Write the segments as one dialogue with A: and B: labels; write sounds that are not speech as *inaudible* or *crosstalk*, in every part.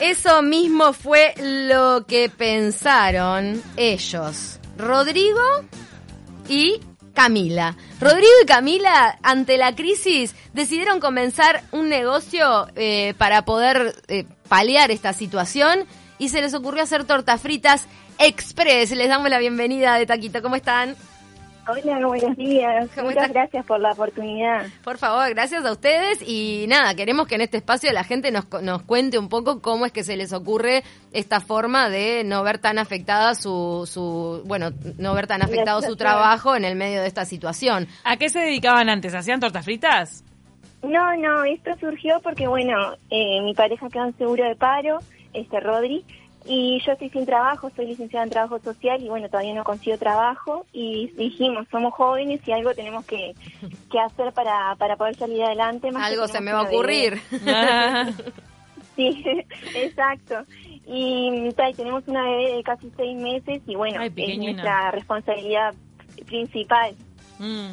A: Eso mismo fue lo que pensaron ellos, Rodrigo y Camila. Rodrigo y Camila, ante la crisis, decidieron comenzar un negocio eh, para poder eh, paliar esta situación y se les ocurrió hacer tortas fritas express. Les damos la bienvenida de Taquito. ¿Cómo están?
B: Hola, buenos días.
A: ¿Cómo
B: Muchas
A: estás?
B: gracias por la oportunidad.
A: Por favor, gracias a ustedes y nada, queremos que en este espacio la gente nos, co- nos cuente un poco cómo es que se les ocurre esta forma de no ver tan afectada su, su bueno, no ver tan afectado su trabajo en el medio de esta situación.
C: ¿A qué se dedicaban antes? ¿Hacían tortas *laughs* fritas?
B: No, no, esto surgió porque, bueno, eh, mi pareja quedó en seguro de paro, este Rodri, y yo estoy sin trabajo, soy licenciada en trabajo social y, bueno, todavía no consigo trabajo. Y dijimos, somos jóvenes y algo tenemos que, que hacer para, para poder salir adelante. Más que
A: Algo se
B: tenemos
A: me va a
B: una bebé.
A: ocurrir.
C: *laughs* Ah,
B: *laughs* Sí, exacto. Y tal, tenemos una bebé de casi seis meses y, bueno,
C: Ay,
B: es
C: pequeñina.
B: nuestra responsabilidad principal.
C: mm.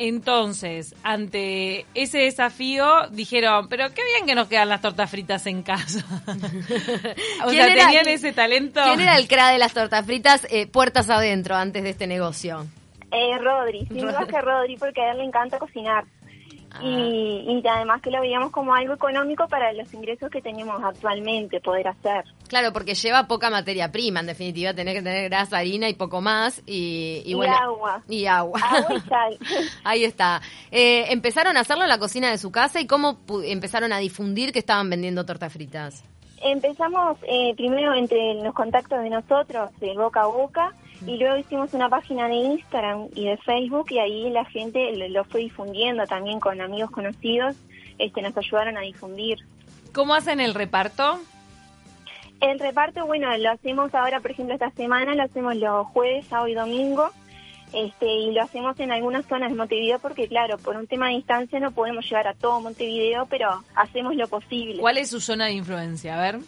C: Entonces, ante ese desafío, dijeron, pero qué bien que nos quedan las tortas fritas en casa. *laughs* o
A: ¿Quién
C: sea,
A: era-
C: tenían ese talento.
A: ¿Quién era el CRA de las tortas fritas eh, puertas adentro antes de este negocio?
B: Eh, Rodri, sin duda que Rodri, porque a él le encanta cocinar.
A: Ah.
B: Y, y además que lo veíamos como algo económico para los ingresos que tenemos actualmente, poder hacer.
A: Claro, porque lleva poca materia prima, en definitiva, tenés que tener grasa, harina y poco más y, y
B: Y
A: bueno,
B: agua.
A: Y agua. *laughs*
B: Agua y sal.
A: Ahí está. Eh, empezaron a hacerlo en la cocina de su casa y cómo pu- empezaron a difundir que estaban vendiendo tortas
B: *laughs*
A: fritas.
B: Empezamos eh, primero entre los contactos de nosotros, de boca a boca,
A: Mm.
B: y luego hicimos una página de Instagram y de Facebook, y ahí la gente lo- lo fue difundiendo también con amigos conocidos, este nos ayudaron a difundir.
C: ¿Cómo hacen el reparto?
B: El reparto, bueno, lo hacemos ahora, por ejemplo, esta semana, lo hacemos los jueves, sábado y domingo, este, y lo hacemos en algunas zonas de Montevideo porque, claro, por un tema de distancia no podemos llegar a todo Montevideo, pero hacemos lo posible.
C: ¿Cuál es su zona de influencia? A ver.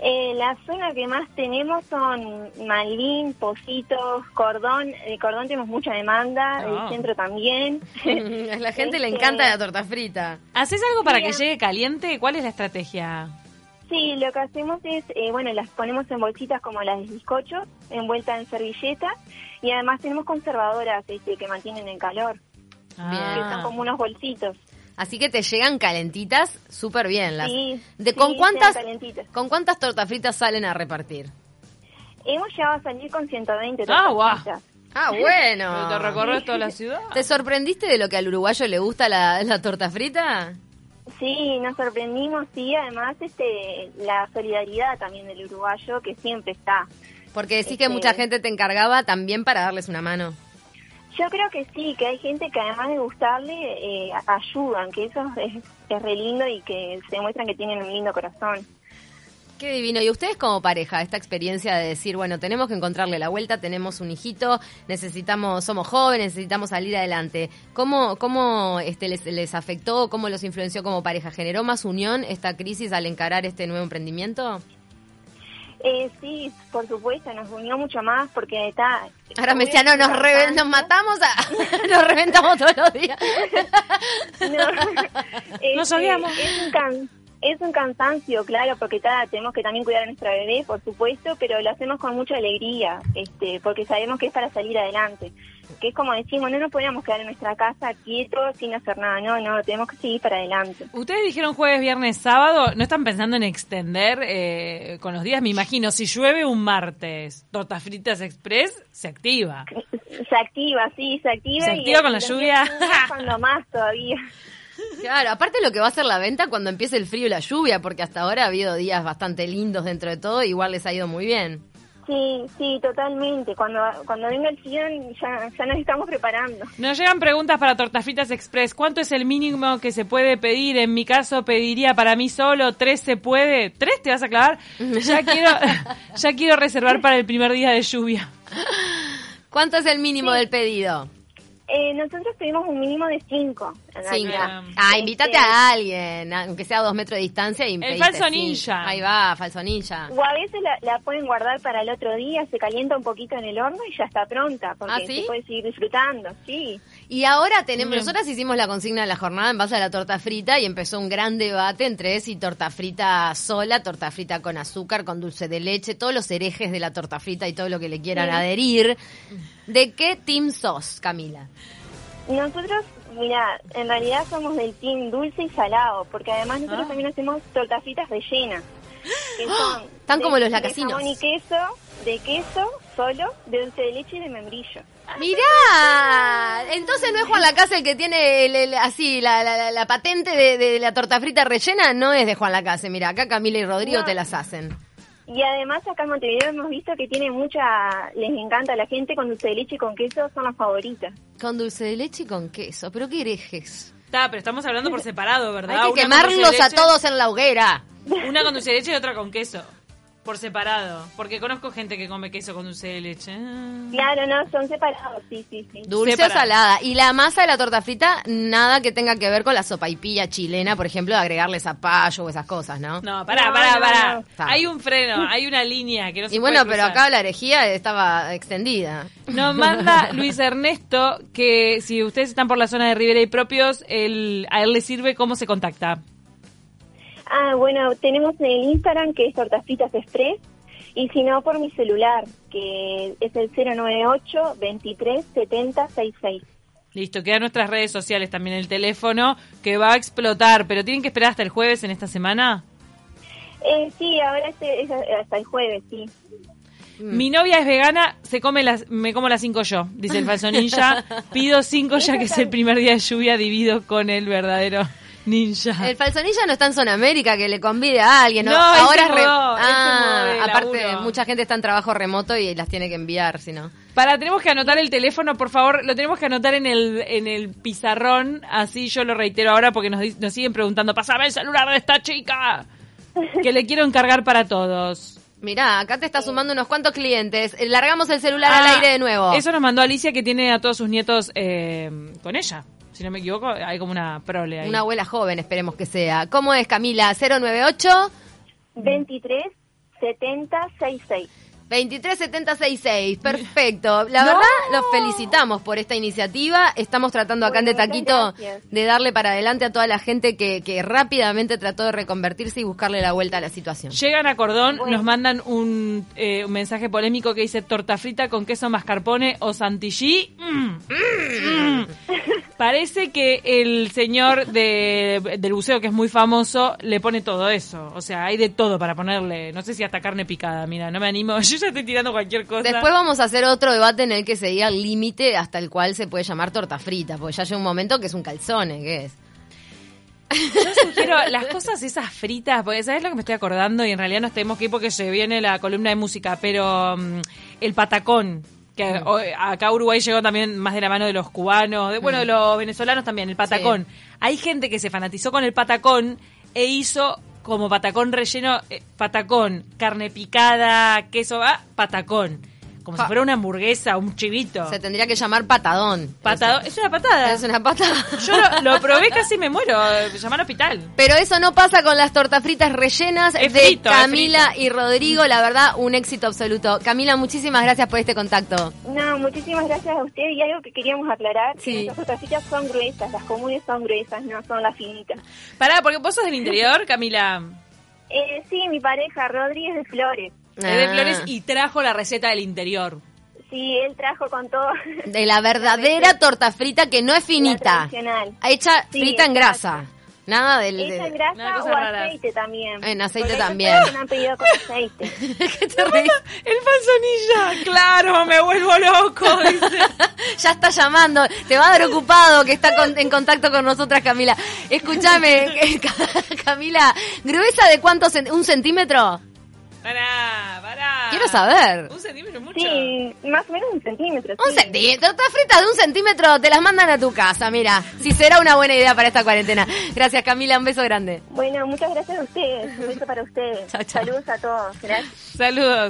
B: Eh, la zona que más tenemos son Malvin, Positos, Cordón. De Cordón tenemos mucha demanda,
C: Ah.
B: el centro también.
A: A la gente
B: Este
A: le encanta la torta frita.
C: ¿Haces algo para que
B: Mira.
C: llegue caliente? ¿Cuál es la estrategia?
B: Sí, lo que hacemos es, eh, bueno, las ponemos en bolsitas como las de bizcocho, envueltas en servilletas, y además tenemos conservadoras este, que mantienen el calor,
C: Ah.
B: que
A: Ah.
B: son como unos bolsitos.
A: Así que te llegan calentitas súper bien. Las...
B: Sí,
A: de,
B: sí,
A: ¿con,
B: quedan
A: cuántas,
B: calentitas.
A: ¿Con cuántas tortas fritas salen a repartir?
B: Hemos llegado a salir con 120
C: Ah,
B: tortas
C: guau.
B: fritas. *laughs*
A: Ah,
C: ¿Pero ¿Te
A: bueno.
C: recorres toda la ciudad?
A: ¿Te sorprendiste de lo que al uruguayo le gusta la, la torta frita?
B: Sí, nos sorprendimos, sí, además este, la solidaridad también del uruguayo que siempre está.
A: Porque decís que
B: Este-
A: mucha gente te encargaba también para darles una mano.
B: Yo creo que sí, que hay gente que además de gustarle, eh, ayudan, que eso *laughs* es, es re lindo y que se muestran que tienen un lindo corazón.
A: Qué divino. ¿Y ustedes como pareja, esta experiencia de decir, bueno, tenemos que encontrarle la vuelta, tenemos un hijito, necesitamos, somos jóvenes, necesitamos salir adelante? ¿Cómo, cómo este, les, les afectó, cómo los influenció como pareja? ¿Generó más unión esta crisis al encarar este nuevo emprendimiento?
B: Eh, sí, por supuesto, nos unió mucho más porque está...
A: Ahora me decía, no, nos, reven- nos matamos, a- *laughs* nos reventamos todos los días.
B: *laughs* No.
C: Nos
B: Este,
C: odiamos.
B: Es un, can- es un cansancio, claro, porque está, tenemos que también cuidar a nuestra bebé, por supuesto, pero lo hacemos con mucha alegría, este, porque sabemos que es para salir adelante. Que es como decimos, no nos podíamos quedar en nuestra casa quietos sin hacer nada, no, no, tenemos que seguir para adelante.
C: Ustedes dijeron jueves, viernes, sábado. ¿No están pensando en extender eh, con los días? Me imagino, si llueve un martes, tortas fritas express se activa.
B: Se activa, sí, se activa.
C: Se
B: y
C: activa con la
B: los
C: lluvia.
B: días lluvia
C: *laughs*
B: es Cuando más todavía.
A: Claro, aparte lo que va a ser la venta cuando empiece el frío y la lluvia, porque hasta ahora ha habido días bastante lindos dentro de todo, igual les ha ido muy bien.
B: Sí, sí, totalmente. Cuando cuando venga el frío ya, ya nos estamos preparando.
C: Nos llegan preguntas para tortas fritas express. ¿Cuánto es el mínimo que se puede pedir? En mi caso pediría para mí solo tres se puede. ¿Tres te vas a clavar?
A: *laughs*
C: Ya quiero, ya quiero reservar para el primer día de lluvia.
A: ¿Cuánto es el mínimo del pedido?
B: Eh, nosotros tuvimos un mínimo de cinco. en
A: Cinco.
B: realidad.
A: Ah,
B: Este,
A: invítate a alguien, aunque sea a dos metros de distancia. Y pediste
C: falso
A: cinco.
C: ninja.
A: Ahí va, falso ninja.
B: O a veces la, la pueden guardar para el otro día, se calienta un poquito en el horno y ya está pronta, porque
A: ¿Ah, sí?
B: se puede seguir disfrutando, sí.
A: Y ahora tenemos,
C: Bien.
A: nosotras hicimos la consigna de la jornada en base a la torta frita y empezó un gran debate entre si torta frita sola, torta frita con azúcar, con dulce de leche, todos los herejes de la torta frita y todo lo que le quieran adherir. ¿De qué team sos, Camila?
B: Nosotros, mira, en realidad somos del team dulce y salado, porque además nosotros
C: Ah.
B: también hacemos tortas fritas rellenas. Que
A: *gasps*
B: son
A: Tan
B: de-
A: como los
B: de
A: lacasinos.
B: jamón y queso, de queso solo, de dulce de leche y de membrillo.
A: Mirá, entonces no es Juan Lacasa el que tiene el- el- así la, la- la- la patente de, de la torta frita rellena, no es de Juan Lacase. Mira, acá Camila y Rodrigo
B: No.
A: te las hacen.
B: Y además acá en Montevideo hemos visto que tiene mucha, les encanta a la gente con dulce de leche y con queso, son las favoritas.
A: Con dulce de leche y con queso, pero qué herejes.
C: Está, pero estamos hablando por separado, ¿verdad?
A: Hay
C: Una
A: que
C: con dulce de
A: quemarlos a
C: leche-
A: todos en la hoguera.
C: Una con dulce de leche y otra con queso. Por separado. Porque conozco gente que come queso con dulce de leche.
B: Claro, no, son separados, sí, sí, sí.
A: Dulce
C: Separado.
A: o salada. Y la masa de la torta frita, nada que tenga que ver con la sopaipilla chilena, por ejemplo, de agregarle zapallo o esas cosas, ¿no?
C: No, pará,
B: No,
C: pará,
B: no,
C: pará.
B: no.
A: Está.
C: Hay un freno, hay una línea que no se
A: y bueno,
C: puede
A: pero
C: cruzar.
A: acá la herejía estaba extendida.
C: Nos manda Luis Ernesto que si ustedes están por la zona de Rivera y propios, él- a él le sirve cómo se contacta.
B: Ah, bueno, tenemos el Instagram que es Tortas Fritas Express y si no por mi celular que es el 098 23 70 66.
C: Listo, quedan nuestras redes sociales también el teléfono que va a explotar, pero tienen que esperar hasta el jueves en esta semana.
B: Eh, sí, ahora es, es hasta el jueves, sí.
A: Mm.
C: Mi novia es vegana, se come las, me como las cinco yo, dice el
A: *laughs*
C: falso ninja. Pido cinco ya que es el primer día de lluvia, divido con el verdadero ninja.
A: El falsonilla no está en Zona América, que le convide a alguien. ¿no?
C: No, él se
A: Ahora es re-
C: mudó, él se
A: Ah,
C: mudó de
A: aparte,
C: laburo.
A: mucha gente está en trabajo remoto y las tiene que enviar, si no.
C: Para, tenemos que anotar el teléfono, por favor, lo tenemos que anotar en el, en el pizarrón, así yo lo reitero ahora porque nos, di- nos siguen preguntando, pasame el celular de esta chica, que le quiero encargar para todos.
A: Mirá, acá te está sumando unos cuantos clientes. Eh, Largamos el celular al
C: Ah,
A: aire de nuevo.
C: Eso nos mandó Alicia que tiene a todos sus nietos eh, con ella. Si no me equivoco, hay como una prole ahí.
A: Una abuela joven, esperemos que sea. ¿Cómo es, Camila? 098
B: 23 70 66.
A: 23766. Perfecto. La verdad, los felicitamos por esta iniciativa. Estamos tratando acá en De
B: Bueno,
A: Taquito
B: muchas gracias.
A: de darle para adelante a toda la gente que, que rápidamente trató de reconvertirse y buscarle la vuelta a la situación.
C: Llegan a Cordón,
B: Bueno.
C: nos mandan un, eh, un mensaje polémico que dice torta frita con queso mascarpone o santillí. Mm, mm, mm. Parece que el señor de- del buceo, que es muy famoso, le pone todo eso. O sea, hay de todo para ponerle. No sé si hasta carne picada, mira, no me animo. *laughs* Yo ya estoy tirando cualquier cosa.
A: Después vamos a hacer otro debate en el que se diga el límite hasta el cual se puede llamar torta frita, porque ya llega un momento que es un calzone, ¿qué es?
C: Yo sugiero las cosas esas fritas, porque sabes lo que me estoy acordando y en realidad nos tenemos que ir porque se viene la columna de música, pero mm, el patacón, que o- acá a Uruguay llegó también más de la mano de los cubanos, de, bueno, de los venezolanos también, el patacón. Hay gente que se fanatizó con el patacón e hizo como patacón relleno, eh, patacón, carne picada, queso, ah, patacón. Como si
A: Pa-
C: fuera una hamburguesa, un chivito.
A: Se tendría que llamar patadón.
C: Patado, es una patada.
A: Es una patada.
C: Yo lo, lo probé, casi me muero. Llamar al hospital.
A: Pero eso no pasa con las tortas fritas rellenas
C: Es
A: de
C: frito, es
A: Camila y Rodrigo. La verdad, un éxito absoluto. Camila, muchísimas gracias por este contacto.
B: No, muchísimas gracias a usted y algo que queríamos aclarar, que
A: Sí.
B: nuestras tortas fritas son gruesas, las comunes son gruesas, no son las finitas.
C: Pará, porque vos sos del interior, *laughs* Camila.
B: Eh, sí, mi pareja Rodríguez de Flores.
C: Es de
A: Ah.
C: Flores y trajo la receta del interior.
B: Sí, él trajo con todo *laughs*
A: De la verdadera torta frita que no es finita.
B: tradicional.
A: Hecha
B: Sí,
A: frita en
B: exacto.
A: grasa. Nada del...
B: Esa en
A: de- *laughs*
C: Una
B: grasa
C: cosa
B: o
C: rara.
B: aceite también.
A: En aceite
B: Porque hay
A: también.
B: personas que me han pedido con
A: *laughs*
B: aceite.
A: ¿Qué te reís?
C: *laughs* El falsonilla. Claro, me vuelvo loco. dice.
A: ya está llamando, te va a dar ocupado que está con- en contacto con nosotras, Camila. Escúchame, *laughs* Camila, ¿gruesa de cuánto? cen- ¿Un centímetro?
C: Pará, pará.
A: Quiero saber.
C: Un centímetro es mucho.
B: Sí, más o menos un centímetro.
A: Un
B: sí.
A: centímetro, torta frita de un centímetro, te las mandan a tu casa, mira, si será una buena idea para esta cuarentena. Gracias, Camila, un beso grande.
B: Bueno, muchas gracias a ustedes. Un beso para ustedes.
A: Chao, chao.
B: Saludos a todos. Gracias.
C: Saludos.